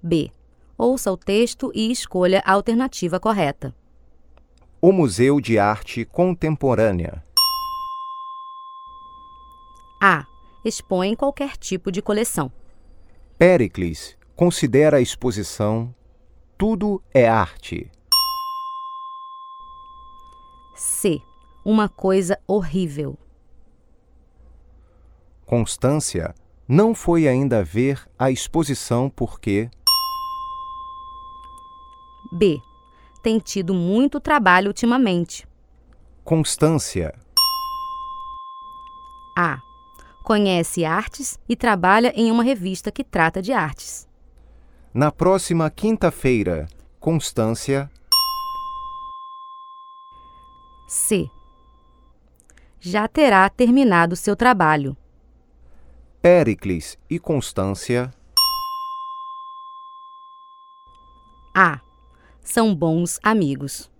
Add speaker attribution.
Speaker 1: B. Ouça o texto e escolha a alternativa correta.
Speaker 2: O Museu de Arte Contemporânea.
Speaker 1: A. Expõe qualquer tipo de coleção.
Speaker 2: Péricles considera a exposição Tudo é Arte.
Speaker 1: C. Uma coisa horrível.
Speaker 2: Constância não foi ainda ver a exposição porque
Speaker 1: B. Tem tido muito trabalho ultimamente.
Speaker 2: Constância,
Speaker 1: A. Conhece artes e trabalha em uma revista que trata de artes.
Speaker 2: na próxima quinta-feira, Constância,
Speaker 1: C. Já terá terminado seu trabalho.
Speaker 2: Péricles e Constância,
Speaker 1: A. São bons amigos.